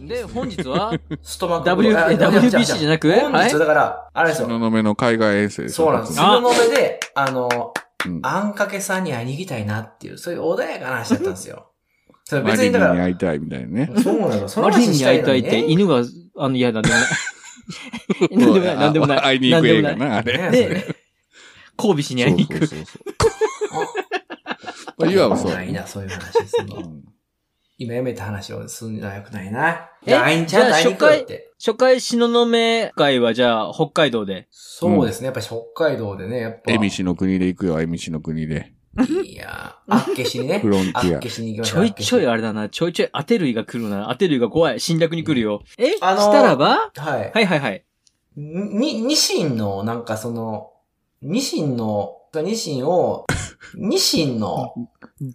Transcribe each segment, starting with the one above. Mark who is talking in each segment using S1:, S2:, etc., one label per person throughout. S1: で、本日 は、
S2: ストマック
S1: W-
S2: あ
S1: WBC じゃなく
S2: 違う違う本
S1: はい
S2: 日、だから、あれです
S3: 東
S2: よ。
S3: 雲の海外遠征。
S2: そうなんです。
S1: あ
S2: その上で、あの、
S3: うん
S2: あんかけさんに会いに行きたいなっていう、そういう穏やかな話だったんですよ。それ
S3: マ
S2: 別に
S3: リンに
S2: だから、
S3: 会いたいみたいな ね。
S2: そうなの、その
S1: マリ
S2: 話
S1: ンに
S2: した
S1: 会い
S2: いの
S1: たい
S2: に
S1: って、
S2: ね。
S1: 犬が、あの、いや、なんでもない。 なんでもない、なんでもない。
S3: 会いに行く映
S1: な
S3: 画
S1: んでもない。
S3: な、あ
S2: ね
S3: れ。
S1: で交尾しに会いに行く。
S3: そうそうそうそう。
S2: そ
S3: まあ、
S2: れ
S3: いわばそう。
S2: ないな、そういう話するの。
S3: うん
S2: 今やめた話をするのは良くないな。
S1: え
S2: じゃあ、会いにちゃんと会いに行くよって。
S1: 初回、東雲会は、じゃあ、北海道で。
S2: そうですね。やっぱり北海道でね、やっぱ。
S3: えみしの国で行くよ、えみしの国で。
S2: いやー、あっけしにね
S3: フ。ロンテ
S2: あっ
S3: ィ
S2: けしに行きまし
S1: ち
S2: ょう。
S1: ょいちょい
S2: あっ
S1: あれだな、ちょいちょいアテ類が来るな。アテ類が怖い。侵略に来るよ。え
S2: あのー
S1: したらば
S2: けしはい。
S1: はいはいはい。
S2: に、ニシンの、なんかその、ニシンの、ニシ ンを、ニシンの、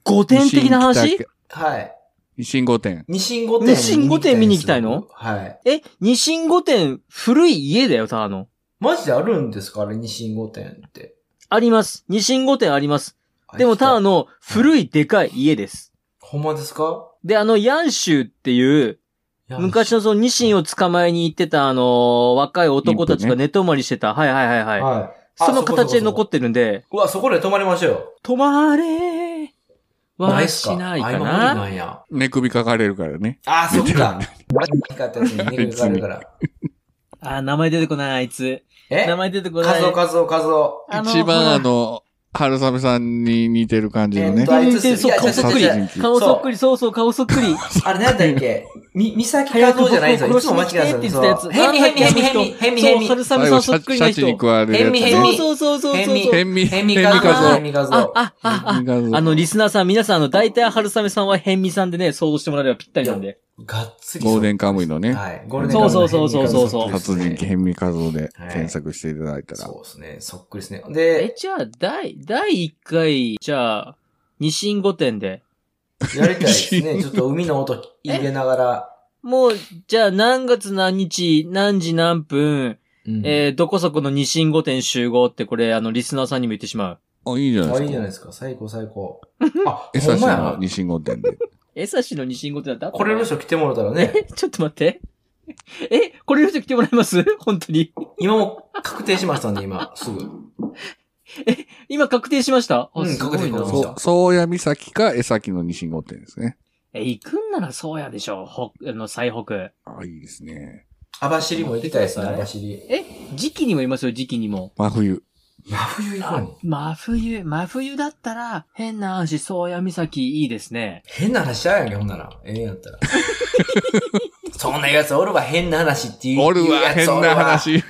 S1: 五
S3: ア。
S1: 点的な話
S2: はい。
S3: 維新御殿。
S2: ニシン御殿。
S1: ニシン御殿見に行きたいの
S2: はい。
S1: え、二神御殿、古い家だよ、ただの。
S2: マジであるんですかあれ、ニシン御殿って。
S1: あります。二神御殿あります。
S2: あ
S1: でも、ただ。
S2: 行きい
S1: の古いでかい家です。
S2: ほんまですか
S1: で、あの、ヤンシューっていう、昔のそのニシンを捕まえに行ってた、あのー若い男たち
S3: イン
S1: が
S3: プ
S1: 寝泊まりしてた。はいはいはいはい。
S2: はい。
S1: その形で残
S2: っ
S1: ってるんで、
S2: うわ、そこで泊まりましょうよ。
S1: 止まれー
S2: ない
S1: は
S2: っすか
S1: しない
S2: あ
S1: か
S2: 今無理
S1: な。
S2: なんや。
S3: 寝首かかれるからね。
S2: あ、そっか。 何かってやつに肉がある から。
S1: あー、名前出てこない、あいつ。
S2: え
S1: 名前出てこない。
S2: 数を数を数を。
S1: あの
S3: 一番あ
S1: ほら
S3: の、春雨さんに似てる感じの
S2: え
S3: ね
S2: っと。あいつっす
S1: 似てるそう
S2: いや
S1: 顔そっくり
S2: 違う違う違う
S1: 顔そっくり、そうそう、顔そっくり。
S2: あれなんだっけみ、三崎
S1: 早
S2: 和
S1: く
S2: 夫
S1: 僕
S2: じ
S1: を
S2: ゃないんですよ。
S1: 殺
S2: いつ
S1: し
S2: も
S1: に
S2: 間違
S1: 来て
S2: えた
S1: っ
S2: ん
S1: て
S2: で
S1: 言っ
S2: す
S1: たや
S2: よ。
S1: つ。
S2: ヘミヘミヘミヘミヘミヘミ
S1: そう、。春
S3: 最
S1: 雨さ
S3: 後
S1: ん
S3: シ
S1: そ
S3: ャ
S1: っく
S3: チ、
S1: り
S3: シ
S1: な
S3: ャチに
S1: 人
S3: 食。われるやつ
S2: ヘミヘ
S3: ね
S2: ミ。
S1: そうそうそうそうそう。
S3: ヘミ、
S2: ヘミ
S3: ヘミ
S2: カ
S3: 画
S2: ゾ
S3: 像
S2: ヘ。ミカゾ
S1: あ、あ、あ、
S3: ヘミ
S1: あ、
S3: 画
S1: あ
S3: 像。
S1: の、リスナーさん、皆さん、あの、大体、春雨さんは変味さんでね、想像してもらえればぴったりなんで。
S2: がっつり。
S3: ゴールデンカムイのね
S2: はい。ゴールデンカムイの
S1: そうそうそうそうそう
S3: 殺人鬼
S2: 系。
S3: ヘミ画像で
S2: はい
S3: 検索していただいたら
S2: そ。うですね。そっくりですね。
S1: え
S2: で、、
S1: じゃあ、第、第1回、じゃあ、二神御殿で。
S2: やりたいです ね。ちょっと海の音入れながら。
S1: もう、じゃあ、何月何日、何時何分、
S2: うん
S1: えー、どこそこの二神御殿集合って、これ、あの、リスナーさんにも言ってしまう。
S3: あ、いいじゃな
S2: あ、
S3: い
S2: い
S3: で
S2: いじ
S3: す
S2: ゃ
S3: か
S2: ない。ですか。最高最高。あ、
S3: エ
S2: ほ
S3: サ
S2: ん
S3: シ
S2: まや
S3: の
S2: な。
S3: 西御殿で。
S1: えさしの二神御殿だった
S2: これの人来てもらったらね、
S1: え、ちょっと待って。え、これの人来てもらえます本当に。
S2: 今もう確定しましたんで、今、すぐ。
S1: 今確定しましたあ
S2: うん
S1: すごいな
S2: 確定しまし
S3: そ
S2: た
S3: う、宗谷岬か江崎の西御殿ですね。
S1: え、行くんならそうやでしょ。北、あの、最北。
S3: あ、いいですね。
S2: 網走も行きたいですね、網走。
S1: え、時期にもいますよ、時期にも。
S3: 真冬。
S2: 真冬行くのに。
S1: 真冬、真冬だったら、変な話、宗谷岬いいですね。
S2: 変な話しちゃうやんけ、ほんなら。ええんやった ら。そんなやつおるわ、変な話っていう。
S3: おるわ、
S2: 言
S3: 変
S2: うやつおるわ
S3: な。話。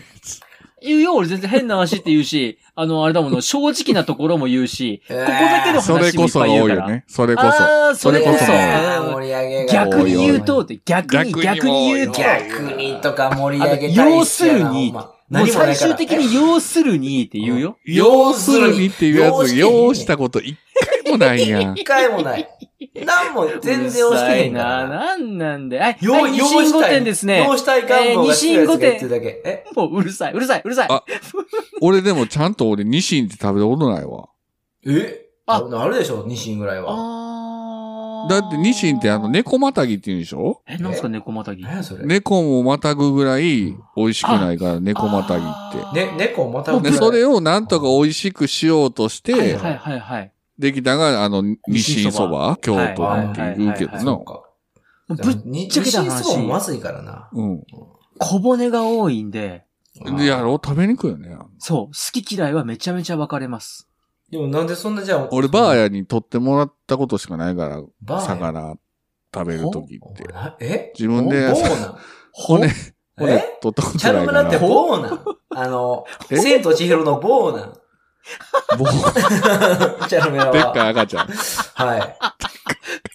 S1: 言うよ、俺全然変な話って言うし、 あの、あれだもの、正直なところも言うし、
S2: ここ
S1: こだけの
S3: それ
S1: 話もい
S3: こ
S1: っ
S3: そ
S1: ぱ
S3: が
S1: い言う
S3: 多い
S1: か
S3: よ
S1: ら。
S3: ね。それこそ。
S1: ああ、それこそ。うん
S2: 盛り上げが
S1: 逆に言うと、
S2: 多い
S1: 逆に、逆に言うと。
S2: 逆にとか盛り上げたいっす
S1: あ
S2: よ
S1: の要する
S2: な。
S1: に
S2: ほんま
S1: もう
S2: 何も
S1: 最
S2: ないから
S1: 終的に要するにって言うよ。
S3: 要するにっていうやつ、
S2: 要
S3: 要
S2: し
S3: してたこと一回もな いやん。
S2: 一回もない。何も全然押してへん
S1: う
S2: か
S1: るさいな。
S2: ら。
S1: なんなんで。はい、
S2: 要
S1: はい、二神御殿ですね
S2: 要。したい願望が強いやつが言ってるだけ。え
S1: もううるさい、うるさい、うるさい。
S3: あ俺でもちゃんと俺、ニシンって食べたことないわ。
S2: え
S1: あ
S2: あ、なるでしょ、ニシンぐらいは。
S1: あー
S3: だってニシンってあの、。猫またぎって言うんでしょ
S1: え、なんすか猫またぎ。
S2: 何やそれ。ね、
S3: 猫もまたぐぐらい美味しくないから、猫またぎっ
S1: あ
S2: 猫また
S3: て。で、それ
S2: を。
S3: をなんとか美味しくしようとし
S1: はい
S3: て、
S1: はいはいはい。
S3: できたのが、あの、ニシンそば京
S1: はい
S3: 都って言うけど
S1: はいはいはい
S2: そ
S3: な
S2: う。か。
S1: もうぶっ
S2: ニ
S1: ちゃけた話
S2: ニシンそばもまずいからな。
S3: う
S1: 小骨が多いんで、
S3: ん。で、やろう食べにくいよね。
S1: そう、好き嫌いはめちゃめちゃ分かれます。
S2: でもなんでそんなじゃあ。
S3: 俺、バーヤに取ってもらったことしかないか
S2: バーや
S3: ら、魚食べるときって。
S2: なえ
S3: 自分で
S2: ボー ナ
S3: 骨、
S2: ン。
S3: 骨
S2: え
S3: 取ったこと
S2: チャ
S3: な
S2: ルム
S3: いか
S2: ラって
S3: ら。
S2: ボーナン。あの、
S3: え
S2: 千と千尋のボーナン。
S3: ぼう
S2: チャルメラ
S3: でっかい
S2: は。
S3: 赤ち ゃん。
S2: はい。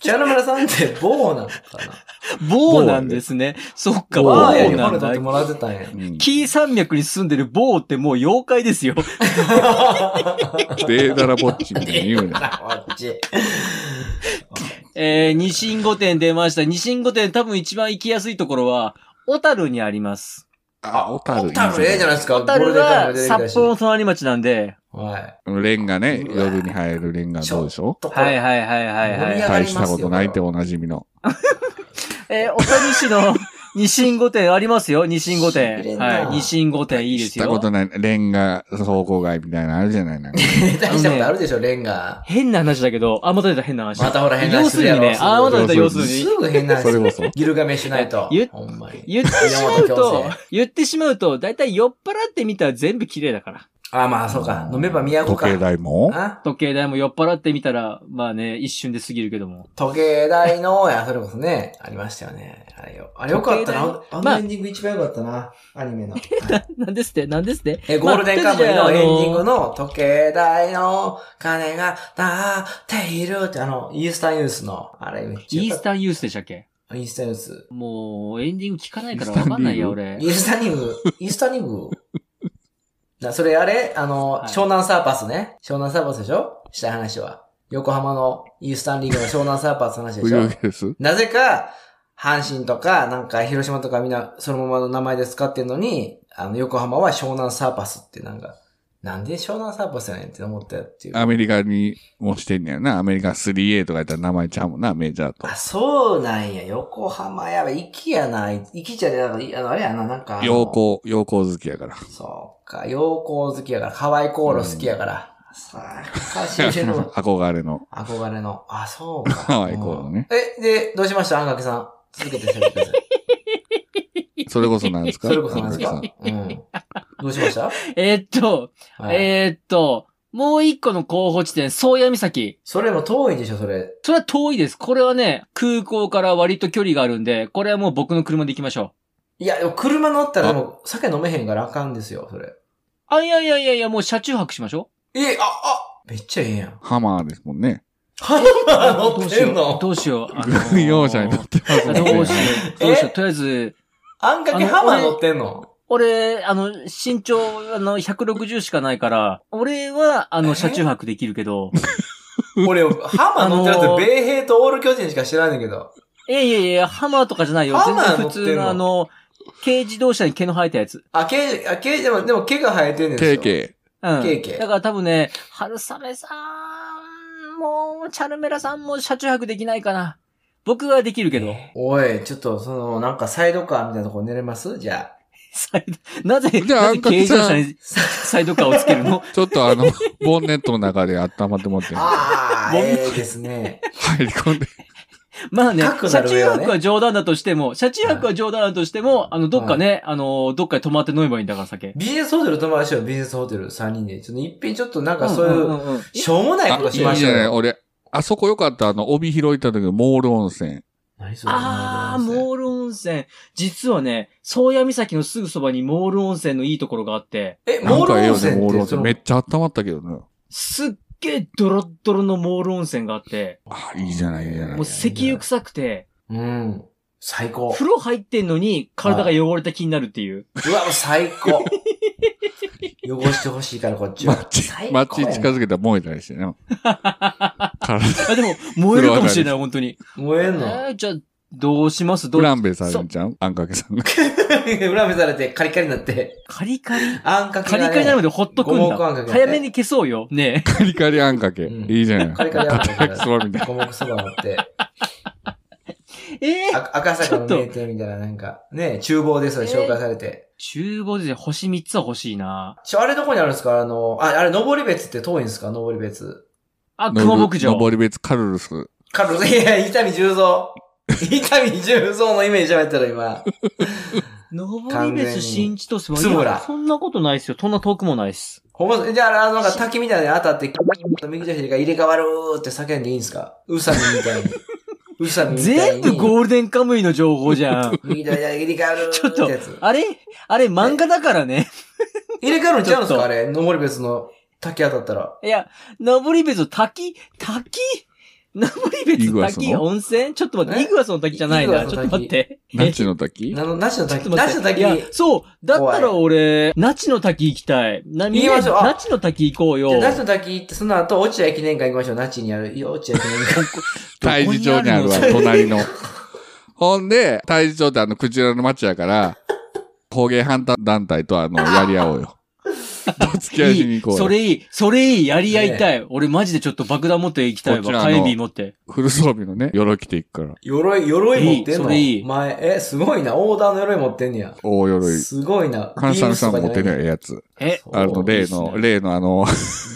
S2: チャルメラさんってボーナンかな。
S1: 棒なんですね。そっか、
S3: 棒
S1: 棒
S2: バーやに
S1: な
S2: 骨
S1: ん
S2: 取っ
S1: だ
S2: て。もらってたんや。
S3: うん
S1: 紀伊山脈に住んでる棒ってもう妖怪ですよ。
S3: デーダラぼっちみたいに言うね。
S2: あっち。
S1: えー、二神御殿出ました。二神御殿多分一番行きやすいところは、小樽にあります。
S3: あ、小樽。
S2: 小樽ええじゃないですか。
S1: 小樽
S2: ゴー
S1: が
S2: ルデンタイムで出てきた
S1: 札
S2: し
S1: 幌の隣町なんで、
S2: はい。
S3: レンガね、
S2: うわ
S3: 夜に入るレンガどうでしょ
S2: とこ
S1: はいはいはいはいは
S2: 盛り上
S1: い。
S2: がりま
S3: 大
S2: す
S3: し
S2: よ
S3: たことないっておなじみの。
S1: えー、小樽市のニシン御殿ありますよ、ニシン御
S2: しびれ
S1: 殿。
S2: んな
S1: はい。ニシン御殿いいで
S3: 知
S1: す
S3: ったこ
S1: よ。
S3: とない、レンガ方向街みたいなのあるじゃないなんか。
S2: 大したことあるでしょ、レンガ。
S1: 変な話だけど、あ、また出た変な話。
S2: またほら変な
S1: 要す
S2: 話する
S1: る
S2: や
S1: に
S2: ろ
S1: ね、あ、また出た要
S3: 要
S1: す
S3: す
S1: る
S3: る
S1: に
S2: す。ぐ変な
S3: それこ
S2: 話。
S3: そ。
S2: ゆるがめしないと。
S1: 言っ
S2: ほんまに。
S1: 言ってしまう
S2: 山本
S1: と
S2: 教授、
S1: 言ってしまうと、だいたい酔っ払ってみたら全部綺麗だから。
S2: あ、まあ、そうか。飲めば都
S3: 時計
S2: か。
S3: 台も
S2: あ
S1: 時計台も酔っ払ってみたら、まあね、一瞬で過ぎるけども。
S2: 時計台の、や、それこそね、ありましたよね。あれよ。あれよかった
S1: 時計
S2: な。
S1: 台
S2: あのエンディング一番よかったな。アニメ の。
S1: なんですってなんですって
S2: え、ゴールデンカムイ
S1: まあ
S2: の
S1: とりあ
S2: エ
S1: えずじゃあ
S2: ンディングの時計台の鐘が鳴っているって、あの、イースタンユースの、あれめっちゃ
S1: イ
S2: よ
S1: ー
S2: かっ
S1: スタンユースでしたっけ
S2: た。イースタンユース。
S1: もう、エンディング聞かないからわかんないや、
S3: イース
S1: 俺
S2: イ。ースタニング、イースタニング。な、それあれあの、
S1: はい
S2: 湘南サーパスね。湘南サーパスでしょしたい話は。横浜のイースタンリーグの湘南サーパスの話で
S3: 冬
S2: し ょ
S3: 毛です。
S2: なぜか、阪神とか、なんか広島とかみんなそのままの名前で使ってんのに、あの、横浜は湘南サーパスってなんか、なんで湘南サーパスやねんって思ったよっていう。
S3: アメリカにもしてんねやな。アメリカ 3A とかやったら名前ちゃうもんな、メジャーと
S2: あ、。そうなんや。横浜やばい。行きやな。行きじゃねえ、なんかいあの、あれやな、なんかあの。
S3: 陽光、陽光好きやから。
S2: そうか、陽光好きやから、可愛い航路好きやから。さあ、さあ、しびれるわ
S3: 憧れの。
S2: 憧れの。あ、そ うか。
S3: 可愛い航路ね
S2: うん。え、で、どうしましたあんかけさん。続けて喋ってくだ さい。
S3: それこそなんですか
S2: それこそなんです
S3: 安
S2: か
S3: 楽
S2: うん。どうしました、
S1: えーっと、
S2: はい
S1: えーっと、もう一個の候補地点、宗谷岬。
S2: それも遠いでしょ、それ。
S1: それは遠いです。これはね、空港から割と距離があるんで、これはもう僕の車で行きましょう。
S2: いや、でも車乗ったらでも酒飲めへんからあかんですよ、それ。
S1: あ、いやいやいやいや、もう車中泊しましょ
S2: え、あ、あめっちゃええやん。
S3: さんハマーですもんね。
S1: う。
S2: 乗
S1: どう
S2: っ
S1: してよう。
S2: んの
S1: どうしよう。あのー
S3: 軍用車に乗ってますもんね。
S1: どうしよう。どうしよう。
S2: え
S1: とりあえず、
S2: あんかけハマー乗ってんの
S1: 俺、あの、身長、あの、160しかないから、俺は、あの、
S2: え
S1: 車中泊できるけど、
S2: 俺、ハマー乗ってるやつ、米兵とオール巨人しか知らんねんけど。
S1: いやいやいや、ハマーとかじゃないよ。
S2: ハ
S1: 全
S2: マ
S1: 然
S2: ー
S1: 普通の、あの、軽自動車に毛の生えたやつ。
S2: あ、毛、あ、毛、でも、でも毛が生えてんねん
S3: 定
S2: でしょ
S1: う
S3: 型。
S1: ん。
S2: 軽々
S1: だから多分ね、春雨さんも、チャルメラさんも車中泊できないかな。僕はできるけど。
S2: おい、ちょっと、その、なんかサイドカーみたいなとこ寝れますじゃあ。
S1: サイド なぜ、
S3: じゃあ
S1: なぜ軽自動車にサイドカーをつけるの
S3: ちょっと あの、ボンネットの中で温まっても らって、
S2: ああ、
S1: ボン
S2: ええですね。
S3: 入り込んで。
S1: まあね、
S2: 高くな
S1: 車
S2: る
S1: 中
S2: 上はね
S1: 泊は冗談だとしても、車中泊は冗談だとしても、あの、どっかね、あの、どっかで泊まって飲めばいいんだから酒。
S2: ビジネスホテル泊まりましょう、ビジネスホテル3人で。ちょっと一品ちょっとなんかそう
S1: う
S2: い
S1: ん
S2: う、
S1: うんうん
S2: しょうもないこと
S3: あ、い
S2: しま
S3: い
S2: し
S3: じ
S2: ょ
S3: ゃ
S2: う
S3: ない、
S2: よ。
S3: 俺。あそこよかった、あの、帯広行った時のモール温泉。
S2: 何それ
S1: あー、
S2: う。
S1: モール温泉。実はね、宗谷岬のすぐそばにモール温泉のいいところがあって、
S2: え、
S3: な
S2: モ
S3: ん
S2: ール
S3: かえ
S2: 温
S3: えよね、
S2: 泉
S3: モール温
S2: って、そ
S3: 泉。
S2: の
S3: めっちゃ温まったけどね。
S1: すっげえドロッドロのモール温泉があって、
S3: あ、いいじゃない、いいじゃない
S1: もう。石油臭くて、
S2: うん。最高。
S1: 風呂入ってんのに体が汚れた気になるっていう。
S2: うわ、最高。汚してほしいから、こっち
S3: マ
S2: は
S3: ッ。チ
S2: 最、高
S3: マ
S2: や
S3: ッチ近づけたら燃えたりし てね。体、
S1: あ、でも、燃えるかもしれない、本当に。
S2: 燃えんの
S1: えー、じゃあ、どうしますど
S3: フ
S1: う
S3: ランベされんじゃんあんかけさんが。
S2: 裏目されてカリカリになって。
S1: カリカリ
S2: あんかけ
S1: カ
S2: がね
S1: リカリなのでほっとくん
S2: 五目あんか
S1: だ。
S2: け
S1: 早めに消そうよ。ね
S3: カリカリあんかけ。
S2: うん
S3: いいじゃない。
S2: カリカリあんかけ
S3: 叩きそばみたいな。
S2: 五目そば持って。
S1: え。 えー、
S2: あ赤坂の名店みたいな、なんか、ね、厨房でそれ紹介されて。
S1: 厨房で星3つは欲しいな。
S2: ちょ、あれどこにあるんですかあの、あ、あれ、登別って遠いんですか登別。
S1: あ、熊牧場。
S3: 登別カルルス。
S2: カルロス、いや、伊丹 十三。伊丹十三のイメージ喋ったら今。
S1: 登別新千歳は、
S2: 完全に津村
S1: いやそんなことないですよ。そんな遠くもないです。
S2: ほんま、じゃあ、あの、なんか滝みたいなのに当たって、右と左が入れ替わるーって叫んでいいんですかウサミ みたいに。ウサミみたい
S1: 全
S2: に。。
S1: 部ゴールデンカムイの情報じゃん
S2: 右と左が入れ替わる
S1: ちょっ
S2: ーっ
S1: と
S2: てやつ。、
S1: あれあれ漫画だからね。
S2: 入れ替わるんちゃうんです
S1: ちょっと
S2: かあれ、登別の滝当たったら。
S1: いや、登別滝滝登
S3: イ
S1: 別
S3: グアス
S1: 滝
S3: の
S1: 温泉ちょっと待って、
S2: え
S1: イグアスの滝じゃない
S2: イ
S1: な。
S2: グア
S1: ち
S2: ス
S1: ょ
S2: の
S1: っと
S2: 滝
S1: 待って。
S3: ナチの滝
S2: なの、なしの
S1: ち
S2: 滝、
S1: ょっと待
S2: な
S1: っ
S2: しての滝
S1: いや
S2: に、。
S1: そう。だったら俺、那智の滝行きたい。な、みん
S2: 行き
S1: な、
S2: ましょうあ
S1: 那智の滝行こうよ
S2: じゃあ、。那智の滝行って、その後、落合記念館行きましょう。那智にある、落合記念館。
S3: 大事町にあ
S1: どこ
S3: るわ、
S1: にある
S3: 隣の。ほんで、大事町 ってあの、クジラの町やから、工芸反対団体とあの、やり合おうよ。と付き合いしに行こうよ
S1: それいい、それいい、やり合いたい。俺マジでちょっと爆弾持って行きたい
S3: こっち
S1: わ。
S3: はあ
S1: 火
S3: の
S1: 炎瓶持って。
S3: フル装備のね、鎧着ていくから。
S2: 鎧、鎧持っ
S1: いい
S2: てんの
S1: それいい
S2: 前、え、すごいな。オーダーの鎧持ってんねや。
S3: 大鎧。
S2: すごいな。
S3: 関西のさん持っ
S2: ビ
S3: て
S2: ームスとかじゃ
S3: な
S2: ない
S3: やつ。
S1: え、
S2: そう
S3: あの、例
S1: いいっす
S3: の、
S1: ね
S3: 例のあの、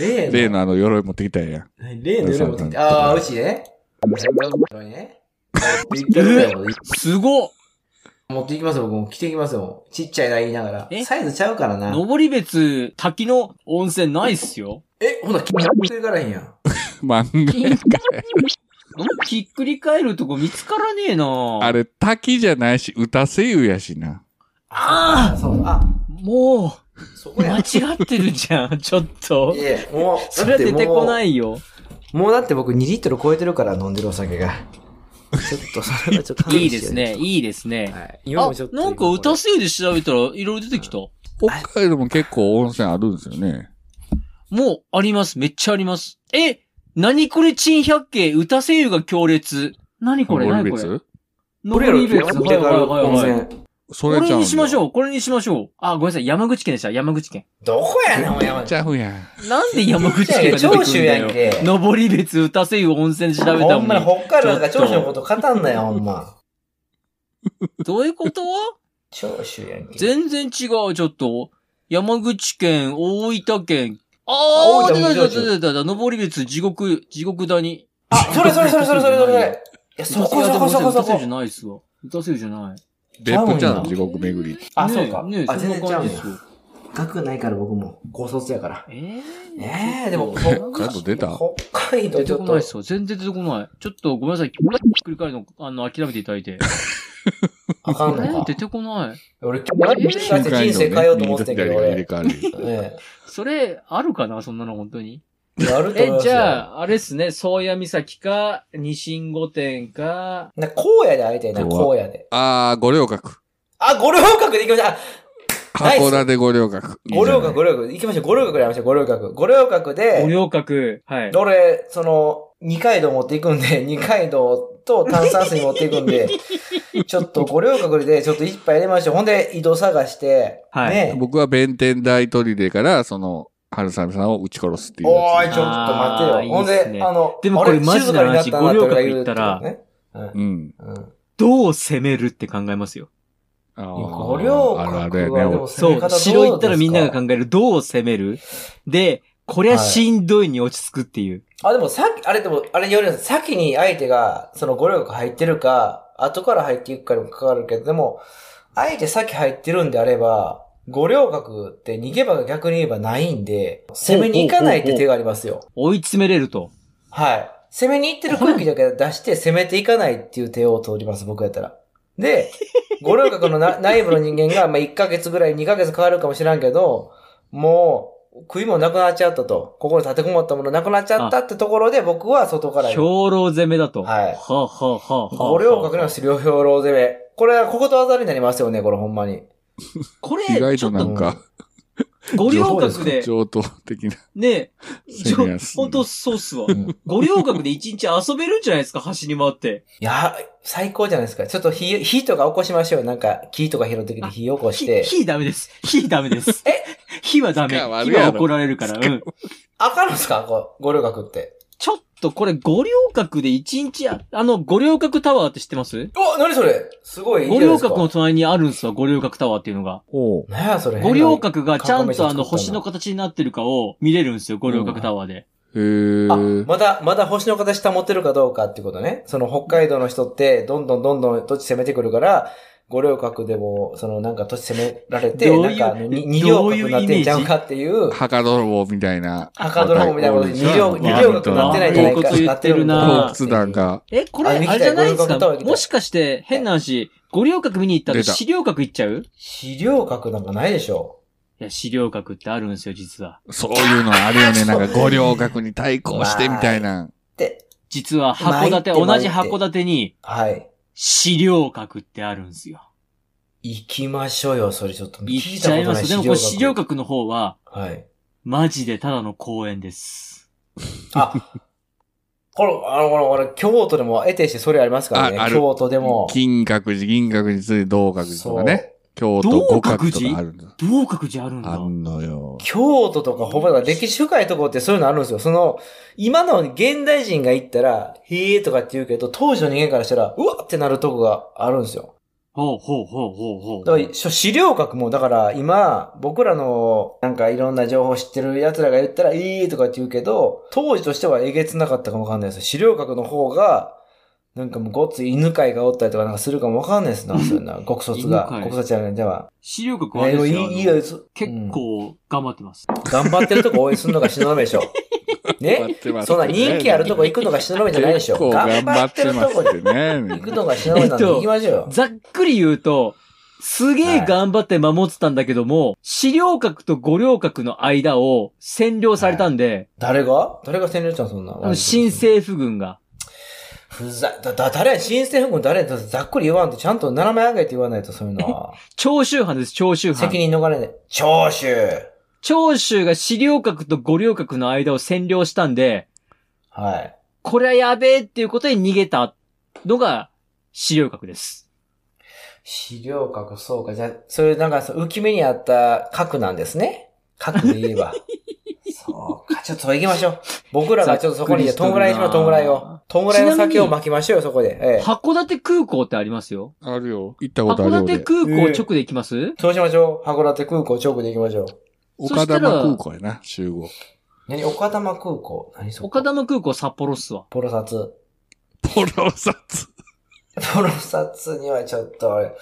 S2: 例の。
S3: 例のあの鎧持ってきたやん。
S2: 例の鎧持ってきて。ああ、うちね。鎧ね。持って
S1: すごっ
S2: 持っていきますよ、僕も。着ていきますよ。ちっちゃいな言いながら。
S1: え
S2: サイズちゃうからな。
S1: 登別滝の温泉ないっすよ。
S2: え、ほな、着ていからへんやん。
S3: 漫画。
S1: ひっくり返るとこ見つからねえな
S3: あれ、滝じゃないし、歌声優やしな。
S1: あ
S2: あ、そう、あ、
S1: も、
S2: そうこや
S1: 間。違ってるじゃん、ちょっと
S2: い。や、もう、。
S1: それは出てこないいよ。
S2: もうだって僕2リットル超えてるから飲んでるお酒が。ちょっと、それはちょっと
S1: いいですね、いいですね。
S2: はい。
S1: あ
S2: 今もちょっ、と。
S1: なんか歌すよで調べたらいろいろ出てきた。
S3: 北海道も結構温泉あるんですよね。
S1: もうあります。めっちゃあります。え何これ珍百景歌声優が強烈。何これ何これ
S3: 別
S2: これやろ、
S1: 登別
S2: これやろ、
S1: はいはいはいはい
S2: 温泉。
S3: そ
S1: これにしまし
S3: う。
S1: ょう。これにしましょう。あ、ごめんなさい。山口県でした。山口県。
S2: どこやねん、お前。
S3: ちゃうやん。
S1: なんで山口県が出てくるんだよ
S2: 長 州やんけ。
S1: 登別歌声優温泉で調べた
S2: ほ
S1: も
S2: んま
S1: ん。
S2: に北海道なんか長州のこと語んなよ、ほんま。
S1: どういうこと
S2: 長州やんけ。
S1: 全然違う、ちょっと。山口県、大分県。あー、
S2: あ大
S1: 出
S2: 分
S1: た
S2: も
S1: 出た出た出た。登別地獄、地獄谷。
S2: あ、それそれそれそれそれそれ。いや、そこそこそこ
S1: 歌
S2: そ
S1: 声優じゃ
S2: こ。
S1: ないっすわ。歌声優じゃない。
S3: 別府ちゃ
S2: ちゃうんんや
S3: 地獄巡り。
S2: あ、
S1: ね
S2: そうか。
S1: ね
S2: あ、
S1: そん
S2: 全
S1: な
S2: 然ちゃ
S1: 感
S2: う
S1: じ
S2: ん
S1: です
S2: や
S1: よ。
S2: 学ないから僕も。高卒やから。
S1: ええ
S2: ええでも、北
S3: 北海道出た
S2: 北海道
S1: 出
S2: ち
S1: て
S2: ょ
S1: こ
S2: っ
S1: ない
S2: と
S1: っ。すわ。全然出てこない。ちょっとごめんなさい。ひっくり返るの、あの、諦めていただいて。
S2: あか
S1: え
S2: んの
S1: ー
S2: か
S1: 出。てこない。
S2: 俺、今日、
S3: 新幹
S2: 人生
S3: 線
S2: 変えようと思ってたけど、
S3: 入れ
S2: 俺。
S3: 替わり。
S2: え
S1: それ、あるかなそんなの本当に。
S2: えやると思い
S1: え
S2: ま、す
S1: じ
S2: よ。
S1: ゃあ、あれっすね。宗谷岬か、二神御殿か。
S2: な、荒野で会いたいな、荒野で。
S3: あー、五稜郭。
S2: あ、五稜郭で行きましょう。あ、ナイス
S3: 函館五稜郭。
S2: 五稜郭、
S3: い
S2: 五稜郭。行きましょう。五稜郭で会いましょう、五稜郭。五稜郭
S1: 五
S2: で、
S1: 稜郭。はい。
S2: 俺、その、二階堂持っていくんで、 二階堂と炭酸水持っていくんで、ちょっと五稜郭で、ちょっと一杯入れましょう。ほんで、井戸探して、
S1: はい
S3: いじゃな
S2: ね
S3: い。僕は弁天大砦から、その、春雨さんを撃ち殺すっていう
S2: おー
S3: や
S2: い、ちょっと待てよ。
S1: あー
S2: ほん
S1: いいっす
S2: で、
S1: ね
S2: あの、
S1: でもこれ
S2: あ
S1: マジな話
S2: 静かになったなって俺
S1: 五稜
S2: が言
S1: 郭行
S2: う
S1: ったら
S2: ってことね
S3: つ。うん。
S2: うん。うん
S1: どう攻めるって考えますよ。
S3: あー
S2: 五稜
S3: あるあ
S2: 郭
S3: る
S2: は
S3: や
S2: で
S3: ね
S2: も。
S1: そう。城行ったらみんなが
S2: え
S1: 考える。どう攻めるで、こりゃしんどいに落ち着くっていう。
S2: あ、でもさっき、あれでも、あれによるんです。先に相手が、その五稜郭入ってるか、後から入っていくかにも関わるけど、でも、相手先入ってるんであれば、五稜郭って逃げ場が逆に言えばないんで、攻めに行かないって手がありますよ。
S1: 追い詰めれると。
S2: はい。攻めに行ってる空気だけ出して攻めていかないっていう手を取ります、僕やったら。 で、五稜郭のな内部の人間が、まあ、1ヶ月ぐらい、2ヶ月変わるかもしらんけど、もう、食いもなくなっちゃったと。ここに立てこもったものなくなっちゃったってところで、僕は外から
S1: 兵
S2: 言う。
S1: 糧攻めだと。
S2: はい
S1: はあ、はあはあはあ、
S2: 五稜郭の両兵糧攻め。これはこことわざになりますよね、これほんまに。
S1: これ、
S3: 意外
S1: ちょ
S3: と
S1: っ
S3: な
S1: と、
S3: んか、
S1: 五稜郭で、
S3: 上等 的な。
S1: ね、ち
S3: 攻め
S1: ょ
S3: や、すい
S1: ほんとそうっすわ
S2: う。ん
S1: 五稜郭で一日遊べるんじゃないですか、走り回って。
S2: いや、最高じゃないですか。ちょっと火、火とか起こしましょうよ。なんか、木とか拾ってきて火起こし
S1: 火
S2: て、。
S1: 火ダメです。火ダメです。え火はダメ。
S3: つか悪
S1: 火
S3: いやろ
S1: は怒られるから。うん。
S2: あかんのすかこう五稜郭って。
S1: ちょっとこれ五稜郭で一日あ、あの、五稜郭タワーって知ってます
S2: お、なにそれすごいいい
S1: 五
S2: じゃないで
S1: 稜
S2: すか。
S1: 郭の隣にあるんですわ、五稜郭タワーっていうのが。
S3: おう
S2: 何やそれ。
S1: 五稜郭がちゃん
S2: 囲みで
S1: と
S2: 作った
S1: あ
S2: んだ
S1: の星の形になってるかを見れるんですよ、五稜郭タワーで。
S3: へえ。
S2: あ、まだ、まだ星の形保ってるかどうかってことね。その北海道の人って、どんどんどんどん土地攻めてくるから、五稜郭でも、そのなんか土地攻められて、
S1: どう
S2: ないん
S1: う
S2: かあのに二
S1: ど
S2: 稜
S1: う
S2: 郭
S1: いう
S2: になってんちゃう
S1: イメ
S2: かっていう、
S3: 墓泥棒みたな。
S2: 赤泥棒みたいなことで二稜、二稜郭になってないんじゃないか
S1: いいこと言ってるな
S3: 洞窟団が。
S1: え、これ、
S2: あ
S1: あ
S2: 行きたい
S1: れじゃないです
S2: 五稜郭タワ
S1: か
S2: ー行きたい
S1: もしかして、変な話、五稜郭見に行ったら
S3: 出た
S1: 資料郭行っちゃう
S2: 資料郭なんかないでしょ。
S1: いや、資料閣ってあるんですよ、実は。
S3: そういうのあるよね。なんか五稜郭に対抗してみたいな。
S2: で、
S1: 実は、函館、
S2: まあ
S1: 同じ
S2: 行って
S1: 函館に、
S2: はい。
S1: 資料閣ってあるんですよ。
S2: 行きましょうよ、それちょっと。
S1: 行っ
S2: 聞い
S1: ち
S2: た
S1: ゃ
S2: こ
S1: い
S2: と
S1: ま
S2: ない
S1: す。でも、これ資
S2: 資
S1: 料
S2: 料閣。
S1: 閣の方は、
S2: はい。
S1: マジでただの公園です。
S2: あ、これ、あの、これ、これ、京都でも得てしてそれありますからね
S3: ああ。る
S2: 京都でも。
S3: 金閣寺、銀閣寺、銅閣寺とかね。京都
S1: どう
S3: 五角と
S1: 各自
S3: かあるんだ。
S1: どう角寺あるん
S3: あ
S1: だ。
S3: んのよ。
S2: 京都とかほぼだから歴史深いところってそういうのあるんですよ。その、今の現代人が行ったら、へえとかって言うけど、当時の人間からしたら、うわってなるとこがあるんですよ。
S1: ほうほうほうほうほう。
S2: だから、しょ資料学も、だから今、僕らの、なんかいろんな情報知ってる奴らが言ったら、いいとかって言うけど、当時としてはえげつなかったかもわかんないです。資料学の方が、なんかもうごっつい犬飼いがおったりとかなんかするかもわかんないですな、そういうのは。国卒が。
S1: 犬飼い
S2: 国卒じゃない、では。
S1: 資料学
S2: え
S1: はあれ
S2: ー
S1: です
S2: い
S1: よ
S2: い、いい
S1: あの
S2: よ、そ
S1: 結構頑張ってます。
S2: 頑張ってるとこ応援するのが東雲でしょ。
S3: 頑張
S2: ね
S3: ってます
S2: そんな人気あるとこ行くのが東雲じゃないでし
S3: 結
S2: ょ。
S3: 構
S2: 頑
S3: 頑
S2: 張
S3: 張
S2: っ
S3: ってて
S2: る
S3: ま
S2: と
S3: す
S2: こ
S3: っ
S2: で
S3: てね。
S2: 行くのが東雲なんで行きましょうよ。
S1: ざっくり言うと、すげえ頑張って守ってたんだけども、資料閣と五稜郭の間を占領されたんで、
S2: 誰が誰が占領したのそんな
S1: あの。新政府軍が。
S2: ふざ、だ、だ、誰や、新政府軍誰だざっくり言わんと、ちゃんと斜め上げて言わないと、そういうの は。
S1: 長州派です、長州
S2: 責
S1: 派。
S2: 任逃れない。長州
S1: 長州が資料閣と五稜郭の間を占領したんで、
S2: はい。
S1: これはやべえっていうことで逃げたのが資料閣です。
S2: 資料閣、そうか。じゃあ、そういう、なんか、そう浮き目にあった核なんですね。核で言 えば。そうか。ちょっと行きましょう。僕らがちょっとそこに、
S1: ざっくりしと
S2: と
S1: る
S2: ん
S1: な
S2: ぐらいしろ、とんぐらいを。とんぐらいの酒を巻きましょうよ、そこで。ええ。
S1: 函館空港ってありますよ。
S3: あるよ。行ったことあ
S1: 函
S3: るよ
S1: 館
S3: 俺。
S1: 空港直で行きます、
S2: そうしましょう。函館空港、チョークで行きましょう。
S1: そした
S3: 岡田
S1: ら
S3: 空港やな、集合。
S2: 何岡玉空港何そこ
S1: 岡玉空港札幌っすわ。
S2: ポロサツ。
S3: ポロサツ。
S2: ポロサツにはちょっと、あれ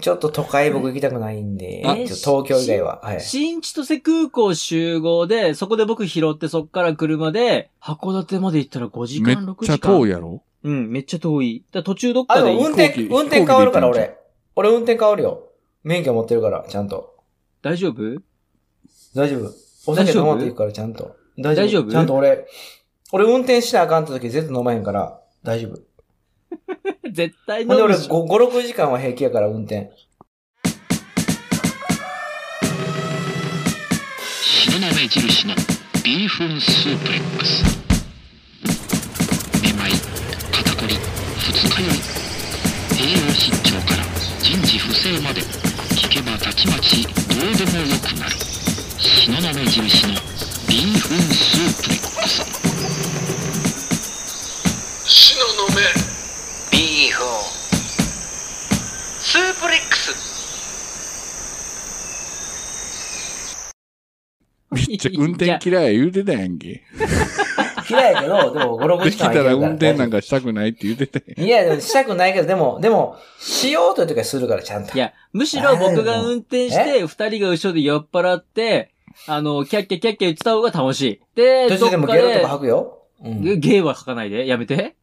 S2: ちょっと都会僕行きたくないんで、
S1: あ
S2: ちょっと東京以外は。はい。
S1: 新千歳空港集合で、そこで僕拾ってそっから車で、函館まで行ったら5時
S3: めっ
S1: 間、6
S3: ちゃ
S1: 時間。
S3: 遠いやろ
S1: うん、めっちゃ遠い。だから途中どっ
S2: あ、
S1: か
S2: で
S1: で
S2: も運
S1: 行く、
S2: 転、
S3: 飛行機
S2: 運転変わるから
S3: 飛行機で
S2: 俺。俺運転変わるよ。免許持ってるから、ちゃんと。
S1: 大丈夫
S2: 大丈夫。お酒
S1: 大丈夫
S2: 飲まんといくから、ちゃんと。大
S1: 大丈夫
S2: ちゃんと俺、俺運転しなあかんって時絶対飲まへんから、大丈夫。
S1: 絶対飲
S2: ほんで
S1: む
S2: 俺
S1: し。
S2: 5、6時間は平気やから、運転。
S4: 東雲印のビーフンスープレックスめまい肩こり二日酔い栄養失調から人事不正まで聞けばたちまちどうでもよくなる東雲印のビーフンスープレックス東雲ビーフンスープレックス
S3: めっちゃ運転嫌い言うてたやんけ。
S2: 嫌いやけど、でも5、6
S3: で
S2: 時
S3: き
S2: 間
S3: た
S2: は平気やか
S3: ら
S2: ら
S3: 運転なん
S2: か。
S3: かしたくないって言うてたやん。
S2: いや、でもしたくないけど、でも、でも、しようという時はするから、ちゃんと。
S1: いや、むしろ僕が運転して、二人が後ろで酔っ払って、あの、キャッキャキャッキャ言ってた方が楽しい。で、
S2: 途
S1: ど
S2: 中
S1: っ
S2: でも
S1: か
S2: ゲロと
S1: で
S2: か、吐くよ。うん。
S1: ゲゲイは書かないで、やめて。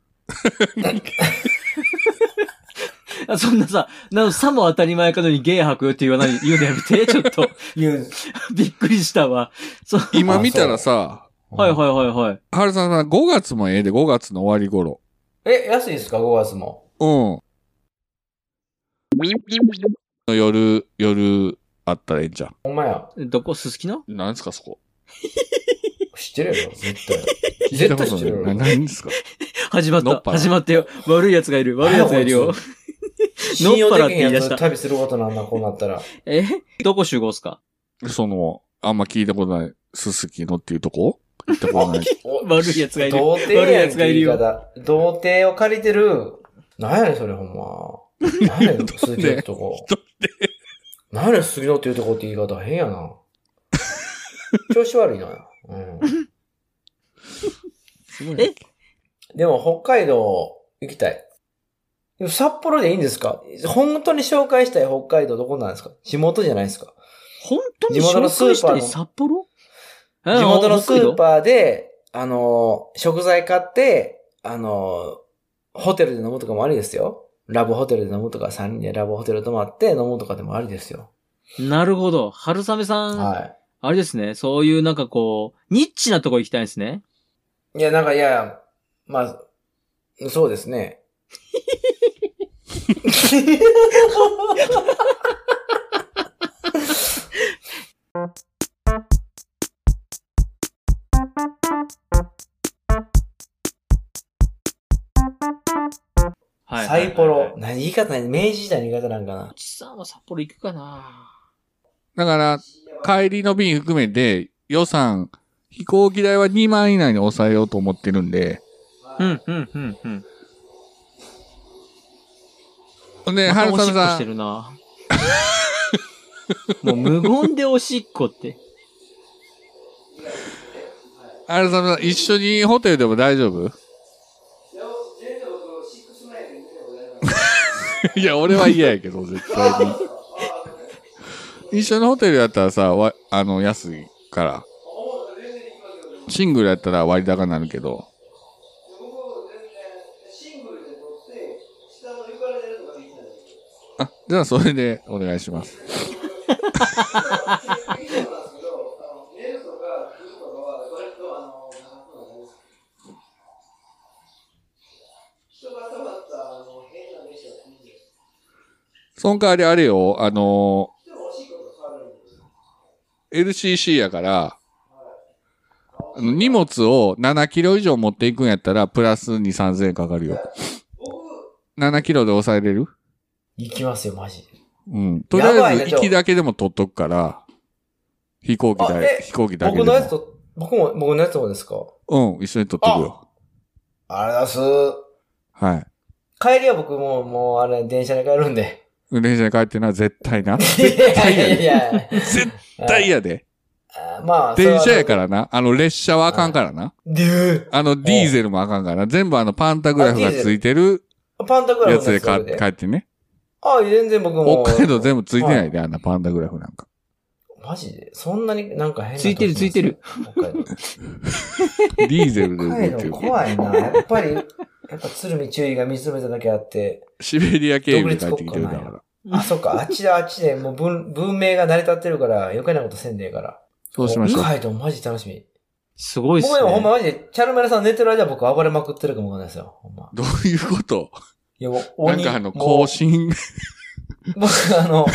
S1: あそんなさ、なの、さも当たり前かのにゲイ吐くよって言わない、言うのやめ て、ちょっと。
S2: 言う。
S1: びっくりしたわ。そう。
S3: 今見たらさ、
S1: はいはいはいはい。
S3: 春さんさん、5月もええで、5月の終わり頃。
S2: え、安いですか ?5 月も。
S3: うん。の夜、夜、あったらええんじゃん。
S2: ほんまや。
S1: どこすすきの
S3: なんすか、そこ。
S2: 知ってるよ、絶対。
S3: 聞い
S2: 絶
S3: たこ
S2: 対
S3: と
S2: 知ってる
S3: ない。
S2: よ。
S3: な何ですか。
S1: 始まっ。
S3: のったぱら
S1: 始まったよ。悪い奴がいる。悪い奴がいる
S2: あ
S1: よ
S2: こ。 信用でき
S1: のっぱら
S2: へんや
S1: って言い出した
S2: つ旅することなんだ、こうなった ら。
S1: えどこ集合っすか
S3: その、あんま聞いたことない、すすきのっていうとこ行った ことない。
S2: お
S1: 悪い奴がいる。
S2: 童貞やん
S1: 悪い奴がいるよ
S2: 言方童貞を借りてる。なんやねん、それほんま。なん やねん、鈴木のってとこ。なんやねん、鈴木のっていうとこって言い方変やな。調子悪いな。うん。
S3: すごい
S1: え
S2: でも北海道行きたい。でも札幌でいいんですか本当に紹介したい北海道どこなんですか地元じゃないですか
S1: 本当に紹介したい札幌地
S2: 地元のスーパーで、あのー、食材買って、あのー、ホテルで飲むとかもありですよ。ラブホテルで飲むとか、3人でラブホテル泊まって飲むとかでもありですよ。
S1: なるほど。春雨さん、
S2: は
S1: あれですね。そういうなんかこう、ニッチなとこ行きたいんですね。
S2: い。いや、なんか、いや、まあ、そうですね。
S1: はい。
S2: サイポ
S1: はいはい
S2: ロ
S1: は。い。
S2: 何言い方ない明治時代の言い方なんかな
S1: お。じさんは札幌行くかな
S3: だから、帰りの便含めて、予算、飛行機代は2万以内に抑えようと思ってるんで、
S1: うん、うん、うん、うん。
S3: ほんで、
S1: また
S3: 春
S1: おし
S3: 雨
S1: っこし
S3: さ
S1: て
S3: ん、
S1: る な。もう無言でおしっこって。
S3: 春雨さん、一緒にホテルでも大丈夫 いや、俺は嫌やけど、絶対に。一緒のホテルやったらさ、わあの、安いから。シングルやったら割高になるけど。あ、じゃあそれでお願いします。その代わりあれよ、あのー LCC やから、あの荷物を7キロ以上持っていくんやったら、プラス2、3000円かかるよ。7キロで抑えれる
S2: 行きますよ、マジで。
S3: うん。とりあ
S2: やばい
S3: え
S2: ね
S3: ず、
S2: ちょ
S3: 行きだけでも取っとくから、飛行機
S2: あ
S3: 代、
S2: え
S3: 飛行機だけで
S2: 僕のやつ
S3: も。
S2: と、僕も、僕のやつもですか
S3: うん、一緒に取っとくよ。
S2: あれだす。
S3: はい。
S2: 帰りは僕もう、もうあれ、電車で帰るんで。
S3: 電車で帰ってな、絶対 な。
S2: いやいやいやいや。
S3: 絶対やで。
S2: あまあ、。
S3: 電車やかららな。あの、列車はあかんからな。
S2: でゅ
S3: あの、ディーゼルもあかんからな。全部あの、パンタグラフがついてる
S2: パンタグラ
S3: や
S2: フ
S3: つ
S2: の
S3: で
S2: やつ
S3: か
S2: それ
S3: 帰ってね。
S2: あ、全然僕も。
S3: 北海道全部ついてな
S2: はい
S3: いで、あんなパンタグラフなんか。
S2: マジでそんなになんか変な
S1: ついてるついてる。
S2: 北海道。
S3: ディーゼルで動い
S2: 北海
S3: て
S2: 道
S3: る。
S2: 怖いな。やっぱり、やっぱ鶴見注意が見つめただけあって。
S3: シベリア経由で帰ってきてる
S2: 独立
S3: だか
S2: 国
S3: ら。
S2: あ、そっか。あっちであっちでもう文文明が成り立ってるから余計なことせんでええから。
S3: そうしましょう
S2: 北。海道マジ楽しみ。
S1: すごいっす
S2: 僕
S1: ね。
S2: でもほんまマジで、チャルメラさん寝てる間僕暴れまくってるかもわかんないですよ。ほんま。
S3: どういうこと
S2: いやもう
S3: な
S2: 鬼
S3: んかあの、更新
S2: もう僕あの、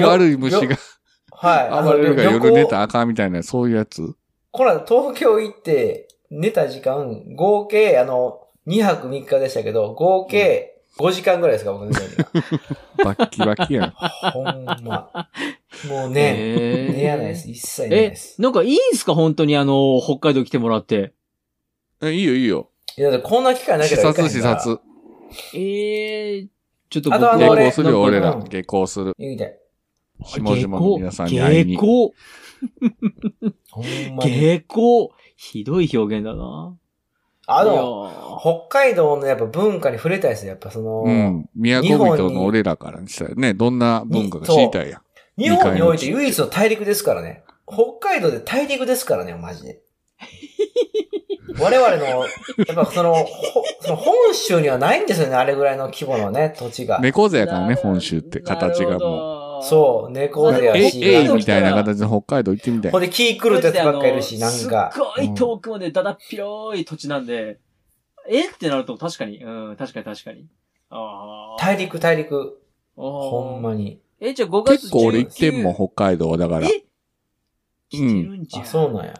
S2: よ
S3: 悪い虫が
S2: はい。あ
S3: 暴
S2: の
S3: れるから
S2: 旅行
S3: 夜寝たらあかんみたいな、そういうやつ
S2: この間東京行って、寝た時間、合計、あの、2泊3日でしたけど、合計5時間ぐらいですか、僕の寝た時間。
S3: バッキバキやん。
S2: ほんま。もうね、
S1: へー
S2: 寝やないです。一切寝ないで
S1: え、
S2: す。
S1: なんかいいんすか本当にあの、北海道来てもらって。
S3: えいいよいいよ。
S2: いや、だってこんな機会なけ
S3: 視
S2: ればいか
S3: 察
S2: へん
S3: 視
S2: から
S3: 察。
S1: ええちょっと
S2: あとあ
S3: 下
S2: の俺
S3: 校するよ、俺
S2: う
S3: ら
S2: ん。
S3: 下校する。
S2: 言うて。
S3: 下々の皆さんに会いに。
S1: 下校、
S2: ほんまに。
S1: 下校、ひどい表現だな。
S2: あ
S1: いや
S2: の、
S1: ー
S2: 北海道のやっぱ文化に触れたいですよ。やっぱその、
S3: うん。都
S2: 日本
S3: 人
S2: に
S3: の俺らからにしたらね、どんな文化が知りたいやん。
S2: 日本において唯一の大陸ですからね。北海道で大陸ですからね、マジで。我々の、やっぱその、ほその本州にはないんですよね、あれぐらいの規模のね、土地が。
S3: 猫背やからね、本州って形がもう。
S1: う
S2: そう、猫背
S1: な
S2: や
S1: る
S3: え
S1: ほど
S3: い、
S2: し。
S3: えいみたいな形で北海道行ってみたい
S2: ほん。で、キークルってやつばっかいるし、
S1: マ
S2: な
S1: ジ
S2: ん
S1: であの
S2: か。
S1: すっごい遠くまでだだっ広い土地なんで、えってなると確かに、うん、確かに確かに。ああ。
S2: 大陸、大陸。ほ
S1: ほ
S2: んまに。
S1: え、じゃあ5月19
S3: 結構俺行ってんもん、北海道はだから。
S1: え来てるんじゃん。
S2: あ、そうなんや。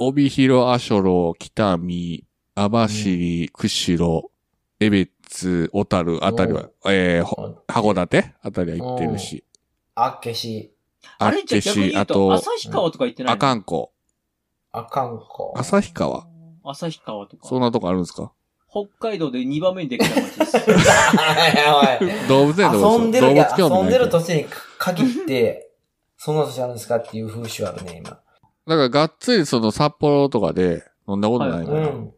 S3: 帯広、阿蘇路、北見、網走、釧路、江別、小樽あたりは、えー、ほ函館あたりは行ってるし、
S2: あっけし、
S1: あ
S3: あっ
S1: れじゃ
S3: け
S1: あ逆に
S3: し、
S1: 言う
S3: あ
S1: と、
S3: と、
S1: 旭川とか行ってない
S3: 阿
S1: の
S3: 寒湖、
S2: あかんこ。
S3: 旭川。
S1: 旭川とか。
S3: そんなとこあるんですか
S1: 北海道で2番目にできた町です。
S2: おい
S3: 動物園とか
S2: 遊んで
S3: 動
S2: る、い
S3: 物
S2: や
S3: 興
S2: 遊ん
S3: 味な
S2: で
S3: いけ
S2: る
S3: ど。
S2: 土地に限って、そんな土地あるんですかっていう風習あるね、今。
S3: だからがっつりその札幌とかで飲んだことないか
S2: う
S3: ら、
S2: ん。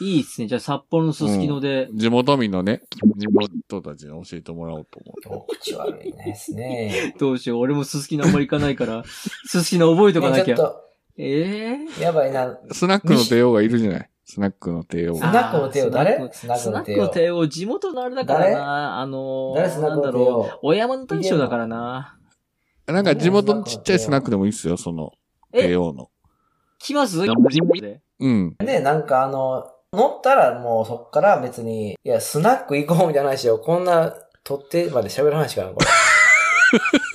S1: いいっすね。じゃあ札幌のすすきので、
S3: 地元民のね、地元たちに教えてもらおうと思う。
S2: お口悪いです ね。
S1: どうしよう。俺もすすきのあんまり行かない から、すすきの覚えとかな
S2: ね
S1: き
S2: ちょ
S1: ゃ
S2: っ。と、
S1: ええ
S2: やばいな。
S3: スナックの帝王がいるじゃないスナックの帝王
S2: ス。ナックの帝王
S1: あ
S2: 誰
S1: ー
S2: スナック
S1: スナッ
S2: の帝
S1: クの
S2: 王。
S1: 帝王、地元のあれだからな。あのー、
S2: 誰スナッ
S1: なん
S2: クの
S1: だ
S2: 帝
S1: ろう。
S2: 王。
S1: お山の大将だからな。
S3: なんか地元のちっちゃいスナックでもいいっすよ、その帝王の。
S1: 来ます
S3: うん。
S2: ね、なんかあの、乗ったらもうそっから別に、いや、スナック行こうみたいな話を、こんな、撮ってまで喋る話か な、これ。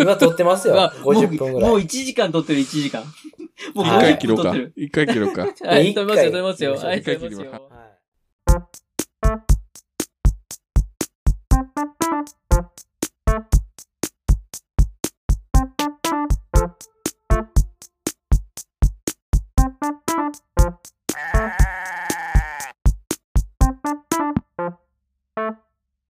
S2: 今撮ってますよ。
S1: わもう
S2: 50分ぐらい
S1: もう。1時間撮ってる、1時間。もう
S3: 一回
S1: 50
S3: 切ろ
S1: 分
S3: う
S1: 撮って
S3: か
S1: る。。
S3: 一回切ろうか。
S1: はい、撮りますよ、撮
S2: 一回
S1: りますよ。はい、
S3: 一回
S1: 撮ります
S3: 切り
S1: よ。
S2: はい